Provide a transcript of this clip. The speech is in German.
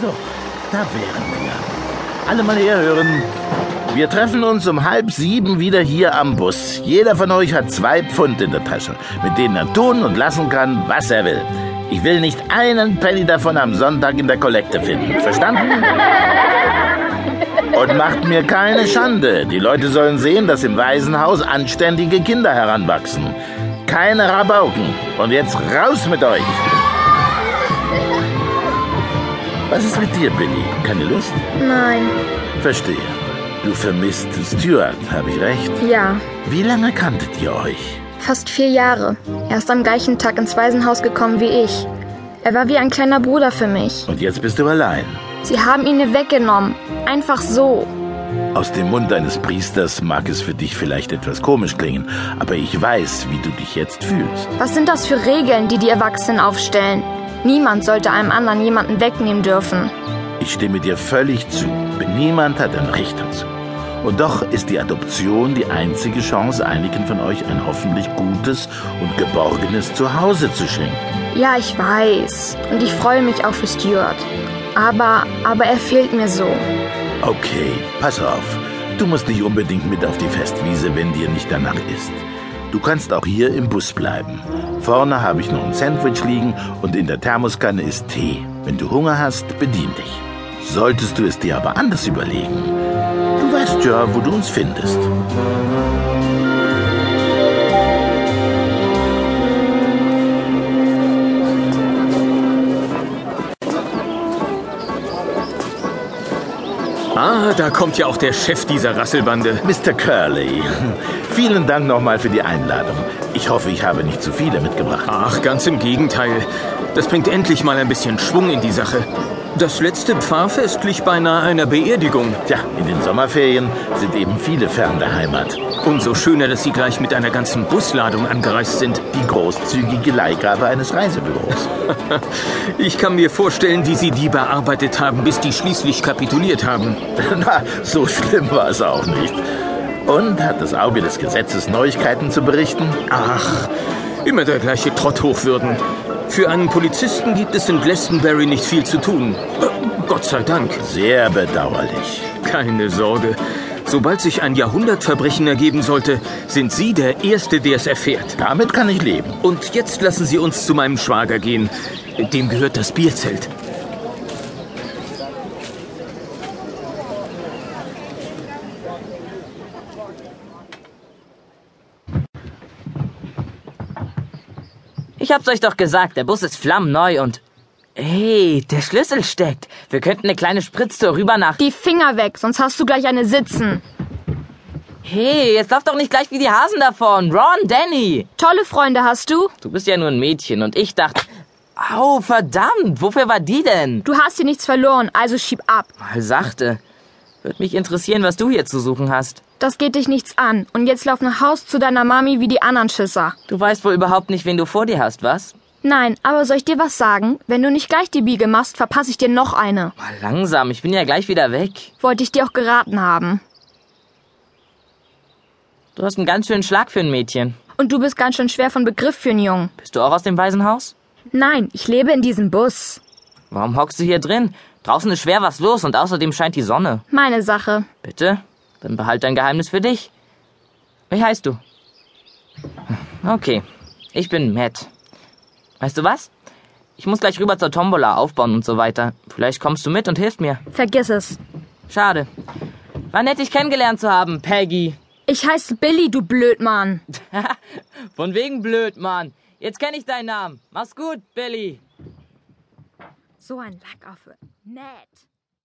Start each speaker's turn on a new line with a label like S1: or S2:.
S1: So, da wären wir. Alle mal herhören. Wir treffen uns um halb sieben wieder hier am Bus. Jeder von euch hat zwei Pfund in der Tasche, mit denen er tun und lassen kann, was er will. Ich will nicht einen Penny davon am Sonntag in der Kollekte finden. Verstanden? Und macht mir keine Schande. Die Leute sollen sehen, dass im Waisenhaus anständige Kinder heranwachsen. Keine Rabauken. Und jetzt raus mit euch. Was ist mit dir, Billy? Keine Lust?
S2: Nein.
S1: Verstehe. Du vermisst Stuart, habe ich recht?
S2: Ja.
S1: Wie lange kanntet ihr euch?
S2: Fast vier Jahre. Er ist am gleichen Tag ins Waisenhaus gekommen wie ich. Er war wie ein kleiner Bruder für mich.
S1: Und jetzt bist du allein.
S2: Sie haben ihn mir weggenommen. Einfach so.
S1: Aus dem Mund eines Priesters mag es für dich vielleicht etwas komisch klingen, aber ich weiß, wie du dich jetzt fühlst.
S2: Was sind das für Regeln, die die Erwachsenen aufstellen? Niemand sollte einem anderen jemanden wegnehmen dürfen.
S1: Ich stimme dir völlig zu. Niemand hat ein Recht dazu. Und doch ist die Adoption die einzige Chance, einigen von euch ein hoffentlich gutes und geborgenes Zuhause zu schenken.
S2: Ja, ich weiß. Und ich freue mich auch für Stuart. Aber, aber er fehlt mir so.
S1: Okay, pass auf. Du musst nicht unbedingt mit auf die Festwiese, wenn dir nicht danach ist. Du kannst auch hier im Bus bleiben. Vorne habe ich noch ein Sandwich liegen und in der Thermoskanne ist Tee. Wenn du Hunger hast, bedien dich. Solltest du es dir aber anders überlegen. Du weißt ja, wo du uns findest.
S3: Ah, da kommt ja auch der Chef dieser Rasselbande.
S1: Mr. Curly, vielen Dank nochmal für die Einladung. Ich hoffe, ich habe nicht zu viele mitgebracht.
S3: Ach, ganz im Gegenteil. Das bringt endlich mal ein bisschen Schwung in die Sache. Das letzte Pfarrfest glich beinahe einer Beerdigung.
S1: Tja, in den Sommerferien sind eben viele fern der Heimat.
S3: Umso schöner, dass Sie gleich mit einer ganzen Busladung angereist sind.
S1: Die großzügige Leihgabe eines Reisebüros.
S3: Ich kann mir vorstellen, wie Sie die bearbeitet haben, bis die schließlich kapituliert haben.
S1: Na, so schlimm war es auch nicht. Und hat das Auge des Gesetzes Neuigkeiten zu berichten?
S3: Ach, immer der gleiche Trott hochwürden. Für einen Polizisten gibt es in Glastonbury nicht viel zu tun. Äh, Gott sei Dank.
S1: Sehr bedauerlich.
S3: Keine Sorge. Sobald sich ein Jahrhundertverbrechen ergeben sollte, sind Sie der Erste, der es erfährt.
S1: Damit kann ich leben.
S3: Und jetzt lassen Sie uns zu meinem Schwager gehen. Dem gehört das Bierzelt.
S4: Ich hab's euch doch gesagt, der Bus ist flammneu und... Hey, der Schlüssel steckt. Wir könnten eine kleine Spritztour rüber nach...
S2: Die Finger weg, sonst hast du gleich eine sitzen.
S4: Hey, jetzt lauf doch nicht gleich wie die Hasen davon. Ron, Danny.
S2: Tolle Freunde hast du?
S4: Du bist ja nur ein Mädchen und ich dachte... Au, verdammt, wofür war die denn?
S2: Du hast hier nichts verloren, also schieb ab.
S4: Mal sachte. Würde mich interessieren, was du hier zu suchen hast.
S2: Das geht dich nichts an. Und jetzt lauf nach Haus zu deiner Mami wie die anderen Schisser.
S4: Du weißt wohl überhaupt nicht, wen du vor dir hast, was?
S2: Nein, aber soll ich dir was sagen? Wenn du nicht gleich die Biege machst, verpasse ich dir noch eine.
S4: Mal langsam, ich bin ja gleich wieder weg.
S2: Wollte ich dir auch geraten haben.
S4: Du hast einen ganz schönen Schlag für ein Mädchen.
S2: Und du bist ganz schön schwer von Begriff für einen Jungen.
S4: Bist du auch aus dem Waisenhaus?
S2: Nein, ich lebe in diesem Bus.
S4: Warum hockst du hier drin? Draußen ist schwer was los und außerdem scheint die Sonne.
S2: Meine Sache.
S4: Bitte? Dann behalt dein Geheimnis für dich. Wie heißt du? Okay, ich bin Matt. Weißt du was? Ich muss gleich rüber zur Tombola aufbauen und so weiter. Vielleicht kommst du mit und hilfst mir.
S2: Vergiss es.
S4: Schade. War nett, dich kennengelernt zu haben, Peggy.
S2: Ich heiße Billy, du Blödmann.
S4: Von wegen blöd, Mann. Jetzt kenne ich deinen Namen. Mach's gut, Billy.
S2: So ein Lackaffe. Nett.